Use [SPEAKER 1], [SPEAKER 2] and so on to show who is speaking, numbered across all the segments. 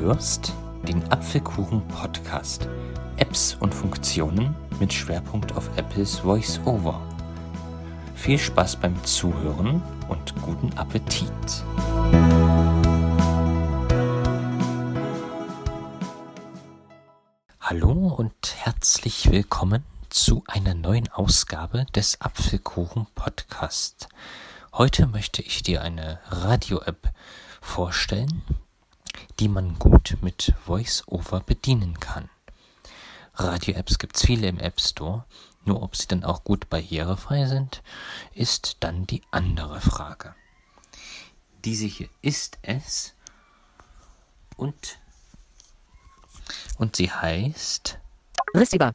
[SPEAKER 1] hörst den Apfelkuchen-Podcast. Apps und Funktionen mit Schwerpunkt auf Apples VoiceOver. Viel Spaß beim Zuhören und guten Appetit. Hallo und herzlich willkommen zu einer neuen Ausgabe des Apfelkuchen Podcast. Heute möchte ich dir eine Radio-App vorstellen, die man gut mit VoiceOver bedienen kann. Radio-Apps gibt es viele im App Store, nur ob sie dann auch gut barrierefrei sind, ist dann die andere Frage. Diese hier ist es und, und sie heißt
[SPEAKER 2] Receiver.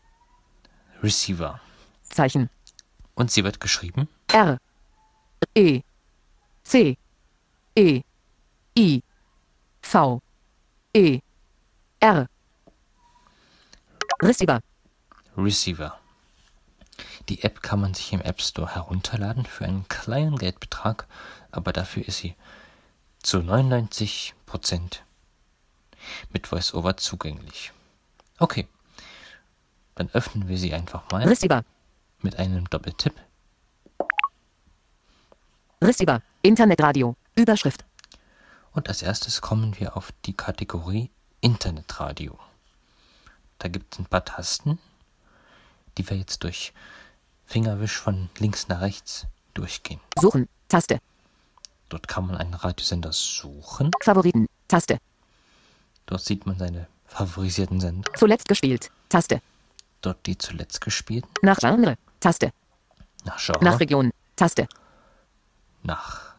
[SPEAKER 1] Receiver.
[SPEAKER 2] Zeichen.
[SPEAKER 1] Und sie wird geschrieben
[SPEAKER 2] R. E. C. E. I. V. E. R. Receiver.
[SPEAKER 1] Receiver. Die App kann man sich im App Store herunterladen für einen kleinen Geldbetrag, aber dafür ist sie zu 99% mit VoiceOver zugänglich. Okay, dann öffnen wir sie einfach mal
[SPEAKER 2] Receiver.
[SPEAKER 1] mit einem Doppeltipp.
[SPEAKER 2] Receiver. Internetradio. Überschrift.
[SPEAKER 1] Und als erstes kommen wir auf die Kategorie Internetradio. Da gibt es ein paar Tasten, die wir jetzt durch Fingerwisch von links nach rechts durchgehen.
[SPEAKER 2] Suchen. Taste.
[SPEAKER 1] Dort kann man einen Radiosender suchen.
[SPEAKER 2] Favoriten. Taste.
[SPEAKER 1] Dort sieht man seine favorisierten Sender.
[SPEAKER 2] Zuletzt gespielt. Taste.
[SPEAKER 1] Dort die zuletzt gespielten.
[SPEAKER 2] Nach Genre. Taste.
[SPEAKER 1] Nach Genre.
[SPEAKER 2] Nach Region. Taste.
[SPEAKER 1] nach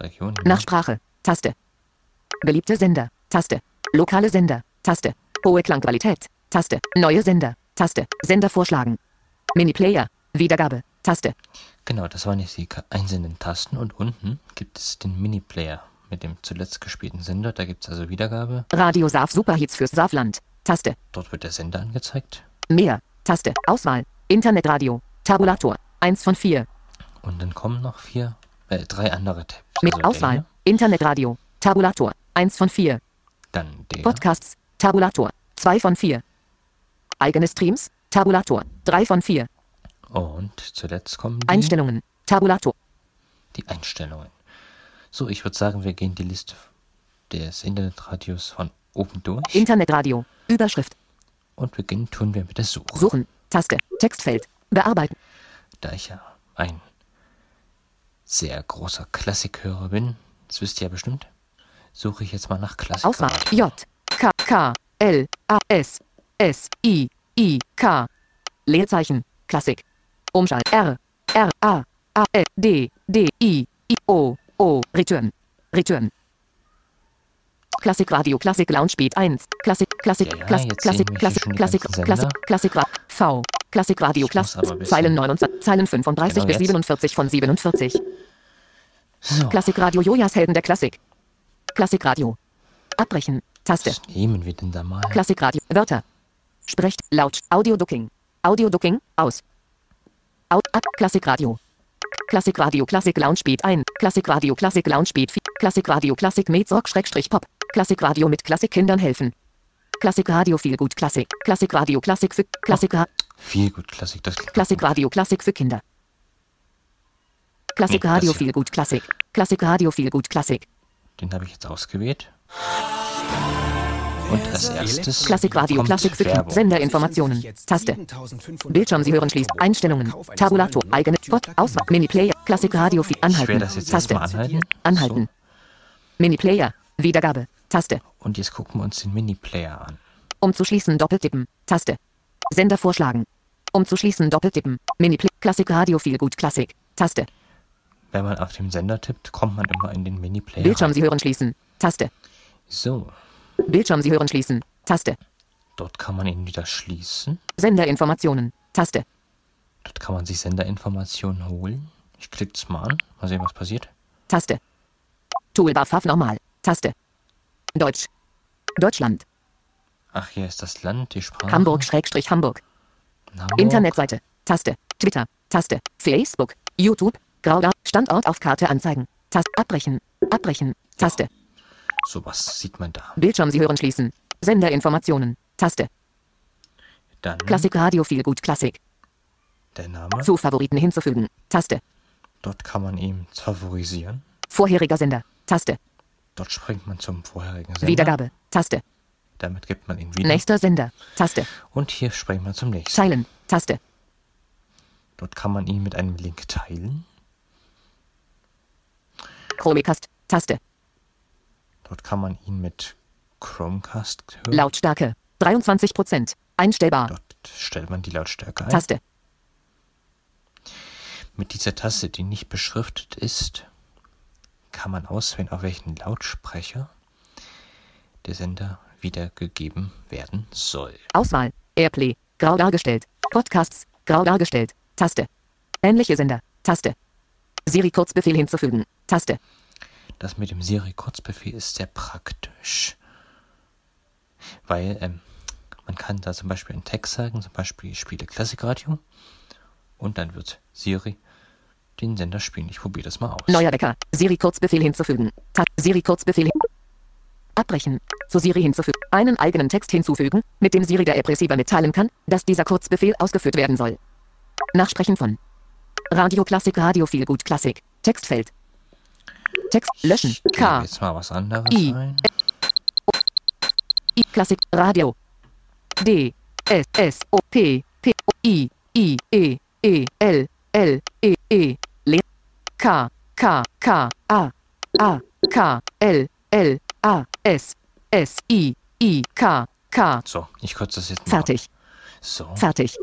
[SPEAKER 1] Region.
[SPEAKER 2] Nach Sprache. Taste. Beliebte Sender. Taste. Lokale Sender. Taste. Hohe Klangqualität. Taste. Neue Sender. Taste. Sender vorschlagen. Miniplayer. Wiedergabe. Taste.
[SPEAKER 1] Genau, das waren jetzt die ka- einzelnen Tasten. Und unten gibt es den Miniplayer mit dem zuletzt gespielten Sender. Da gibt es also Wiedergabe.
[SPEAKER 2] Radio Saaf Superhits fürs Saafland. Taste.
[SPEAKER 1] Dort wird der Sender angezeigt.
[SPEAKER 2] Mehr. Taste. Auswahl. Internetradio. Tabulator. 1 von 4.
[SPEAKER 1] Und dann kommen noch vier, äh, drei andere Tabs.
[SPEAKER 2] Mit
[SPEAKER 1] Also der
[SPEAKER 2] Auswahl.
[SPEAKER 1] hier,
[SPEAKER 2] Internetradio. Tabulator. 1 von 4.
[SPEAKER 1] Dann der.
[SPEAKER 2] Podcasts. Tabulator. 2 von 4. Eigene Streams. Tabulator. 3 von 4.
[SPEAKER 1] Und zuletzt kommen die,
[SPEAKER 2] Einstellungen. Tabulator.
[SPEAKER 1] die Einstellungen. So, ich würde sagen, wir gehen die Liste des Internetradios von oben durch.
[SPEAKER 2] Internetradio. Überschrift.
[SPEAKER 1] und beginnen tun wir mit der Suche.
[SPEAKER 2] Suchen. Taste. Textfeld. Bearbeiten.
[SPEAKER 1] Da ich ja ein sehr großer Klassikhörer bin, das wisst ihr ja bestimmt, suche ich jetzt mal nach Klassikern.
[SPEAKER 2] Auswahl. J. K. K. L. A. S. S. I. I. K. Leerzeichen. Klassik. Umschalt. R. R. A. A. E. D. D. I. I. O. O. Return. Return. Klassikradio. Klassik Lounge Beat 1. Klassik. Klassik.
[SPEAKER 1] Ja, ja,
[SPEAKER 2] Klassik.
[SPEAKER 1] jetzt
[SPEAKER 2] Klassik.
[SPEAKER 1] sehen wir hier
[SPEAKER 2] Klassik.
[SPEAKER 1] schon die
[SPEAKER 2] Klassik.
[SPEAKER 1] ganzen
[SPEAKER 2] Klassik.
[SPEAKER 1] Sender.
[SPEAKER 2] Klassik. Ra- V. Klassikradio.
[SPEAKER 1] Ich muss
[SPEAKER 2] Klassik.
[SPEAKER 1] aber ein bisschen-
[SPEAKER 2] Zeilen 29. Zeilen 35
[SPEAKER 1] Genau
[SPEAKER 2] bis
[SPEAKER 1] jetzt.
[SPEAKER 2] 47 von 47.
[SPEAKER 1] So,
[SPEAKER 2] Klassikradio. Jojas Helden der Klassik. Klassikradio. Abbrechen. Taste.
[SPEAKER 1] was nehmen wir denn da mal?
[SPEAKER 2] Klassikradio. Wörter. Sprecht. Laut. Audio-Ducking. Audio-Ducking. Aus. Au ab. Klassikradio. Klassikradio. Klassik Lounge Beat ein. Klassikradio. Klassik Lounge Beat 4. Klassikradio. Klassik Meets Rock Schrägstrich Pop. Klassikradio mit Klassikkindern helfen. Klassikradio viel gut Klassik. Klassikradio. Klassik für Klassikra
[SPEAKER 1] Viel gut Klassik, das klingt
[SPEAKER 2] Klassikradio. Klassik für Kinder. Klassikradio
[SPEAKER 1] das hier.
[SPEAKER 2] viel gut Klassik. Klassikradio viel gut Klassik.
[SPEAKER 1] gut. Den habe ich jetzt ausgewählt. Und als erstes
[SPEAKER 2] Klassikradio.
[SPEAKER 1] kommt
[SPEAKER 2] Klassik für Kinder.
[SPEAKER 1] Werbung.
[SPEAKER 2] Senderinformationen. Taste. Bildschirm Sie hören schließt Einstellungen. Tabulatur. Eigene Spot. Auswahl. Miniplayer. Klassik Radio. Fi-
[SPEAKER 1] Ich werde
[SPEAKER 2] Anhalten.
[SPEAKER 1] das jetzt
[SPEAKER 2] Taste.
[SPEAKER 1] erstmal ne? anhalten.
[SPEAKER 2] Anhalten. Miniplayer. Wiedergabe. Taste.
[SPEAKER 1] So, und jetzt gucken wir uns den Miniplayer an.
[SPEAKER 2] Um zu schließen. Doppeltippen. Taste. Sender vorschlagen. Um zu schließen. Doppeltippen. Miniplayer. Klassik Radio. Viel gut. Klassik. Taste.
[SPEAKER 1] Wenn man auf dem Sender tippt, kommt man immer in den Miniplayer.
[SPEAKER 2] Bildschirm
[SPEAKER 1] rein.
[SPEAKER 2] Sie hören schließen. Taste.
[SPEAKER 1] So,
[SPEAKER 2] Bildschirm Sie hören schließen. Taste.
[SPEAKER 1] dort kann man ihn wieder schließen.
[SPEAKER 2] Senderinformationen. Taste.
[SPEAKER 1] Dort kann man sich Senderinformationen holen. Ich klicke es mal an, mal sehen, was passiert.
[SPEAKER 2] Taste. Toolbar Fav normal. Taste. Deutsch. Deutschland.
[SPEAKER 1] Ach, hier ist das Land, die Sprache.
[SPEAKER 2] Hamburg Schrägstrich Hamburg.
[SPEAKER 1] Hamburg.
[SPEAKER 2] Internetseite. Taste. Twitter. Taste. Facebook. YouTube. Grauda. Standort auf Karte anzeigen. Taste. Abbrechen. Abbrechen. Taste.
[SPEAKER 1] Sowas sieht man da.
[SPEAKER 2] Bildschirm Sie hören schließen. Senderinformationen. Taste.
[SPEAKER 1] Dann
[SPEAKER 2] Klassik Radio viel gut Klassik.
[SPEAKER 1] der Name.
[SPEAKER 2] Zu Favoriten hinzufügen. Taste.
[SPEAKER 1] Dort kann man ihn favorisieren.
[SPEAKER 2] Vorheriger Sender. Taste.
[SPEAKER 1] Dort springt man zum vorherigen Sender.
[SPEAKER 2] Wiedergabe. Taste.
[SPEAKER 1] Damit gibt man ihn wieder.
[SPEAKER 2] Nächster Sender. Taste.
[SPEAKER 1] Und hier springt man zum nächsten.
[SPEAKER 2] Teilen. Taste.
[SPEAKER 1] Dort kann man ihn mit einem Link teilen.
[SPEAKER 2] Chromecast. Taste.
[SPEAKER 1] Dort kann man ihn mit Chromecast hören.
[SPEAKER 2] Lautstärke. 23%. Einstellbar.
[SPEAKER 1] Dort stellt man die Lautstärke ein.
[SPEAKER 2] Taste.
[SPEAKER 1] Mit dieser Taste, die nicht beschriftet ist, kann man auswählen, auf welchen Lautsprecher der Sender wiedergegeben werden soll.
[SPEAKER 2] Auswahl. Airplay. Grau dargestellt. Podcasts. Grau dargestellt. Taste. Ähnliche Sender. Taste. Siri Kurzbefehl hinzufügen. Taste.
[SPEAKER 1] Das mit dem Siri-Kurzbefehl ist sehr praktisch, weil ähm, man kann da zum Beispiel einen Text sagen, zum Beispiel ich spiele Klassikradio und dann wird Siri den Sender spielen. Ich probiere das mal aus.
[SPEAKER 2] Neuer Wecker. Siri Kurzbefehl hinzufügen. Ta Siri Kurzbefehl. hin- Abbrechen. Zu Siri hinzufügen. Einen eigenen Text hinzufügen, mit dem Siri der App-Receiver mitteilen kann, dass dieser Kurzbefehl ausgeführt werden soll. Nachsprechen von Radio Klassik Radio Vielgut Klassik. Textfeld. Text löschen.
[SPEAKER 1] Ich gebe
[SPEAKER 2] K.
[SPEAKER 1] jetzt mal was anderes
[SPEAKER 2] I.
[SPEAKER 1] ein.
[SPEAKER 2] I Klassik Radio. D S S O P P O I I E E L L E E Le K K K A A K L L A S S I I K K
[SPEAKER 1] So, ich kürze das jetzt mal. ab.
[SPEAKER 2] Fertig.
[SPEAKER 1] So,
[SPEAKER 2] Fertig.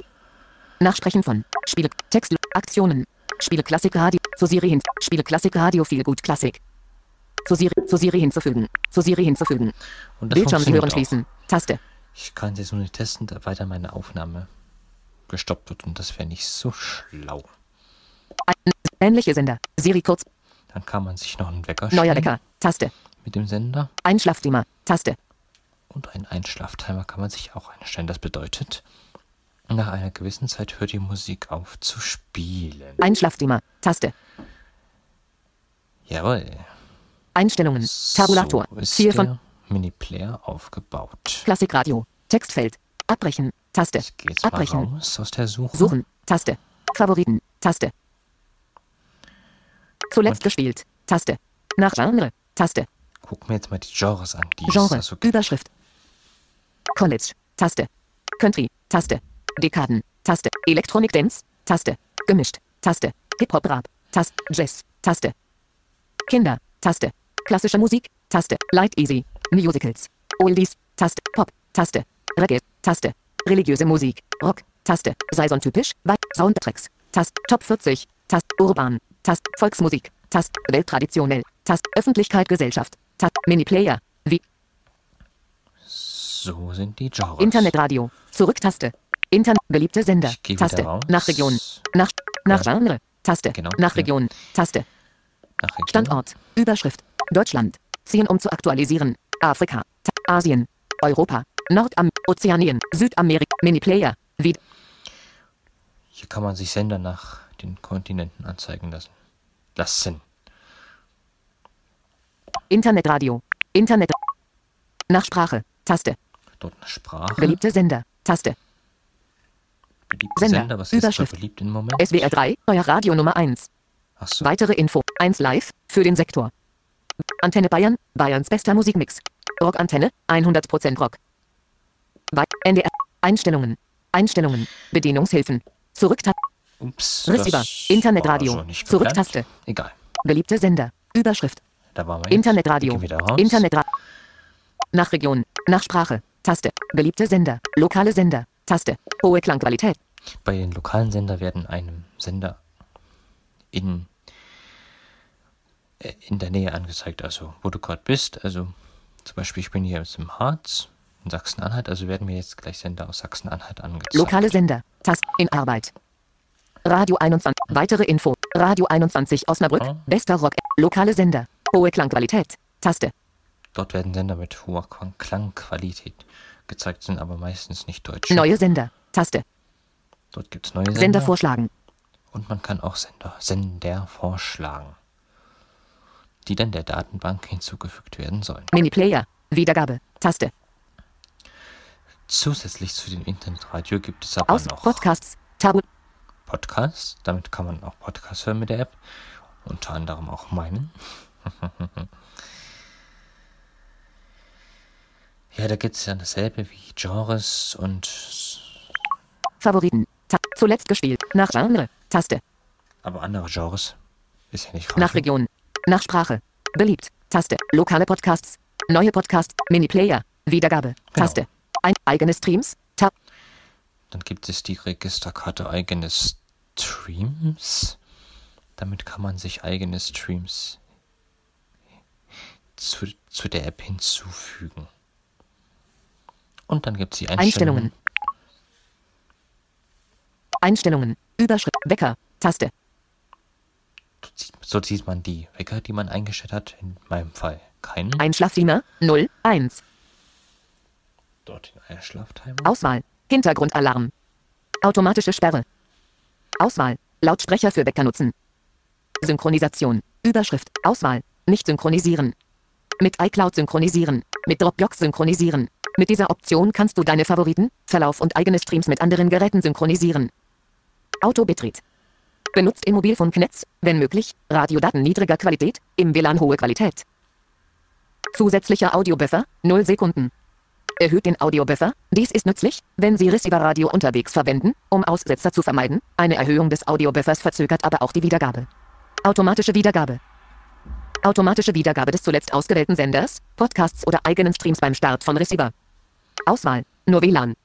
[SPEAKER 2] Nachsprechen von Spiele Text Aktionen Spiele Klassik Radio zu Siri hin Spiele Klassik Radio viel gut Klassik zu Siri zu Siri hinzufügen zu Siri hinzufügen
[SPEAKER 1] und das
[SPEAKER 2] Bildschirm Sie
[SPEAKER 1] funktioniert
[SPEAKER 2] hören
[SPEAKER 1] auch.
[SPEAKER 2] schließen Taste
[SPEAKER 1] Ich kann jetzt nur nicht testen, da weiter meine Aufnahme gestoppt wird und das wäre nicht so schlau.
[SPEAKER 2] Ähnliche Sender. Siri kurz.
[SPEAKER 1] Dann kann man sich noch einen Wecker
[SPEAKER 2] Neuer
[SPEAKER 1] stellen
[SPEAKER 2] Wecker. Taste.
[SPEAKER 1] mit dem Sender.
[SPEAKER 2] Einschlafthema. Taste.
[SPEAKER 1] Und einen Einschlaftimer kann man sich auch einstellen. Das bedeutet, nach einer gewissen Zeit hört die Musik auf zu spielen.
[SPEAKER 2] Einschlafthema. Taste.
[SPEAKER 1] Jawohl.
[SPEAKER 2] Einstellungen. Tabulator.
[SPEAKER 1] So ist
[SPEAKER 2] Ziel von
[SPEAKER 1] der Mini-Player aufgebaut.
[SPEAKER 2] Klassikradio. Textfeld. Abbrechen. Taste.
[SPEAKER 1] Ich gehe jetzt mal
[SPEAKER 2] Abbrechen.
[SPEAKER 1] raus aus der Suche.
[SPEAKER 2] Suchen. Taste. Favoriten. Taste. Zuletzt gespielt. Taste. Nach Genre. Taste.
[SPEAKER 1] Guck mir jetzt mal die Genres an. Die also es
[SPEAKER 2] Genre.
[SPEAKER 1] da so gibt.
[SPEAKER 2] Überschrift. College. Taste. Country. Taste. Dekaden. Taste. Electronic Dance. Taste. Gemischt. Taste. Hip-Hop Rap. Taste. Jazz. Taste. Kinder. Taste. Klassische Musik. Taste. Light Easy. Musicals. Oldies. Taste. Pop. Taste. Reggae. Taste. Religiöse Musik. Rock. Taste. Saisontypisch. Wei- Soundtracks. Taste. Top 40. Taste. Urban. Taste. Volksmusik. Taste. Welttraditionell. Taste. Öffentlichkeit. Gesellschaft. Taste. Miniplayer. Wie
[SPEAKER 1] So sind die Genres.
[SPEAKER 2] Internetradio. Zurücktaste. Intern beliebte Sender.
[SPEAKER 1] Ich gehe wieder
[SPEAKER 2] Taste.
[SPEAKER 1] raus.
[SPEAKER 2] Nach Region. Nach, nach
[SPEAKER 1] Ja.
[SPEAKER 2] Genre. Taste.
[SPEAKER 1] Genau,
[SPEAKER 2] Nach
[SPEAKER 1] ja. Genau.
[SPEAKER 2] Region. Taste.
[SPEAKER 1] Nach Region.
[SPEAKER 2] Standort. Überschrift. Deutschland. Ziehen um zu aktualisieren. Afrika. Ta- Asien. Europa. Nordam. Ozeanien. Südamerika. Miniplayer. Wie.
[SPEAKER 1] Hier kann man sich Sender nach den Kontinenten anzeigen lassen. Lassen.
[SPEAKER 2] Internetradio. Internet. Nach Sprache. Taste.
[SPEAKER 1] Dort eine Sprache.
[SPEAKER 2] Beliebte Sender. Taste.
[SPEAKER 1] Beliebte
[SPEAKER 2] Sender.
[SPEAKER 1] Sender. Was ist da
[SPEAKER 2] Überschrift.
[SPEAKER 1] beliebt im Moment?
[SPEAKER 2] SWR 3. Euer Radio Nummer 1.
[SPEAKER 1] Ach so.
[SPEAKER 2] Weitere Info. 1 live für den Sektor. Antenne Bayern, Bayerns bester Musikmix. Rockantenne, 100% Rock. Bei NDR. Einstellungen. Einstellungen. Bedienungshilfen. Zurücktaste.
[SPEAKER 1] Ups.
[SPEAKER 2] Receiver,
[SPEAKER 1] das
[SPEAKER 2] Internetradio,
[SPEAKER 1] war so nicht
[SPEAKER 2] Zurück-
[SPEAKER 1] geplant.
[SPEAKER 2] Taste.
[SPEAKER 1] Egal.
[SPEAKER 2] Beliebte Sender. Überschrift.
[SPEAKER 1] Da waren wir jetzt.
[SPEAKER 2] Internetradio.
[SPEAKER 1] Wir gehen wieder raus.
[SPEAKER 2] Internetradio. Nach Region. Nach Sprache. Taste. Beliebte Sender. Lokale Sender. Taste. Hohe Klangqualität.
[SPEAKER 1] Bei den lokalen Sender werden einem Sender in, äh, in der Nähe angezeigt, also wo du gerade bist. Also zum Beispiel, ich bin hier jetzt im Harz, in Sachsen-Anhalt, also werden mir jetzt gleich Sender aus Sachsen-Anhalt angezeigt.
[SPEAKER 2] Lokale Sender. Taste. In Arbeit. Radio 21. Weitere Info. Radio 21 Osnabrück.
[SPEAKER 1] Ah.
[SPEAKER 2] Bester Rock. Lokale Sender. Hohe Klangqualität. Taste.
[SPEAKER 1] Dort werden Sender mit hoher Klang- Klangqualität gezeigt, sind aber meistens nicht deutsch.
[SPEAKER 2] Neue Sender. Taste.
[SPEAKER 1] Dort gibt es neue Sender.
[SPEAKER 2] Sender vorschlagen.
[SPEAKER 1] und man kann auch Sender, Sender vorschlagen. die dann der Datenbank hinzugefügt werden sollen.
[SPEAKER 2] Miniplayer. Wiedergabe. Taste.
[SPEAKER 1] Zusätzlich zu dem Internetradio gibt es aber
[SPEAKER 2] Aus.
[SPEAKER 1] noch
[SPEAKER 2] Podcasts. Tabu.
[SPEAKER 1] Podcasts. Damit kann man auch Podcasts hören mit der App. Unter anderem auch meinen. ja, da gibt es ja dasselbe wie Genres und
[SPEAKER 2] Favoriten. Ta zuletzt gespielt. Nach Genre. Taste.
[SPEAKER 1] aber andere Genres. Ist ja nicht
[SPEAKER 2] Nach
[SPEAKER 1] Radio.
[SPEAKER 2] Region. Nach Sprache. Beliebt. Taste. Lokale Podcasts. Neue Podcasts. Miniplayer. Wiedergabe.
[SPEAKER 1] Genau.
[SPEAKER 2] Taste. Ein eigene Streams. Tab.
[SPEAKER 1] Dann gibt es die Registerkarte eigene Streams. Damit kann man sich eigene Streams zu, zu der App hinzufügen. Und dann gibt es die Einstellungen.
[SPEAKER 2] Einstellungen. Einstellungen. Überschrift. Wecker. Taste.
[SPEAKER 1] So sieht man die Wecker, die man eingestellt hat. In meinem Fall keinen.
[SPEAKER 2] Einschlafzimmer. 0. 1.
[SPEAKER 1] Dort den Einschlaftimer.
[SPEAKER 2] Auswahl. Hintergrundalarm. Automatische Sperre. Auswahl. Lautsprecher für Wecker nutzen. Synchronisation. Überschrift. Auswahl. Nicht synchronisieren. Mit iCloud synchronisieren. Mit Dropbox synchronisieren. Mit dieser Option kannst du deine Favoriten, Verlauf und eigene Streams mit anderen Geräten synchronisieren. Autobetrieb. Benutzt im Mobilfunknetz, wenn möglich, Radiodaten niedriger Qualität, im WLAN hohe Qualität. Zusätzlicher Audiobuffer, 0 Sekunden. Erhöht den Audiobuffer. Dies ist nützlich, wenn Sie Receiver-Radio unterwegs verwenden, um Aussetzer zu vermeiden. Eine Erhöhung des Audiobuffers verzögert aber auch die Wiedergabe. Automatische Wiedergabe. Automatische Wiedergabe des zuletzt ausgewählten Senders, Podcasts oder eigenen Streams beim Start von Receiver. Auswahl. Nur WLAN.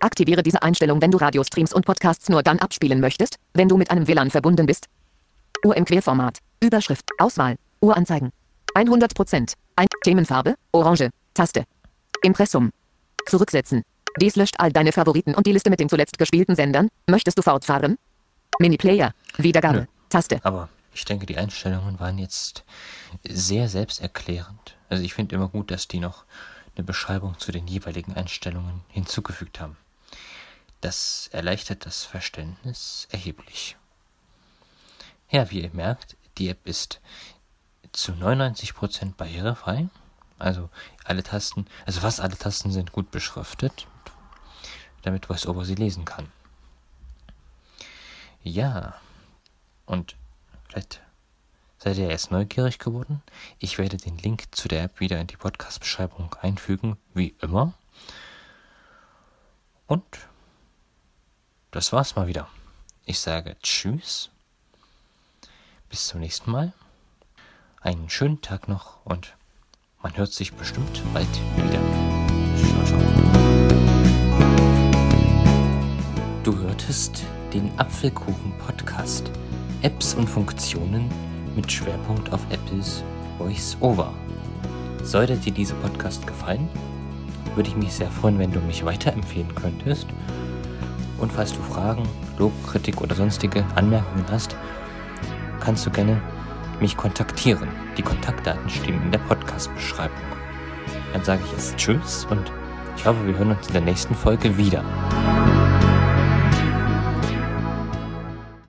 [SPEAKER 2] Aktiviere diese Einstellung, wenn du Radiostreams und Podcasts nur dann abspielen möchtest, wenn du mit einem WLAN verbunden bist. Uhr im Querformat. Überschrift. Auswahl. Uhranzeigen. 100%. Ein Themenfarbe. Orange. Taste. Impressum. Zurücksetzen. Dies löscht all deine Favoriten und die Liste mit den zuletzt gespielten Sendern. Möchtest du fortfahren? Miniplayer. Wiedergabe.
[SPEAKER 1] Nö.
[SPEAKER 2] Taste.
[SPEAKER 1] Aber ich denke, die Einstellungen waren jetzt sehr selbsterklärend. Also ich finde immer gut, dass die noch eine Beschreibung zu den jeweiligen Einstellungen hinzugefügt haben. Das erleichtert das Verständnis erheblich. Ja, wie ihr merkt, die App ist zu 99% barrierefrei. Also alle Tasten, also fast alle Tasten sind gut beschriftet, damit VoiceOver sie lesen kann. Ja, und vielleicht seid ihr jetzt neugierig geworden. Ich werde den Link zu der App wieder in die Podcast-Beschreibung einfügen, wie immer. Und das war's mal wieder. Ich sage Tschüss. Bis zum nächsten Mal. Einen schönen Tag noch und man hört sich bestimmt bald wieder. Ciao, ciao. Du hörtest den Apfelkuchen-Podcast Apps und Funktionen mit Schwerpunkt auf Apples Voice-Over. Sollte dir dieser Podcast gefallen, würde ich mich sehr freuen, wenn du mich weiterempfehlen könntest. Und falls du Fragen, Lob, Kritik oder sonstige Anmerkungen hast, kannst du gerne mich kontaktieren. Die Kontaktdaten stehen in der Podcast-Beschreibung. Dann sage ich jetzt Tschüss und ich hoffe, wir hören uns in der nächsten Folge wieder.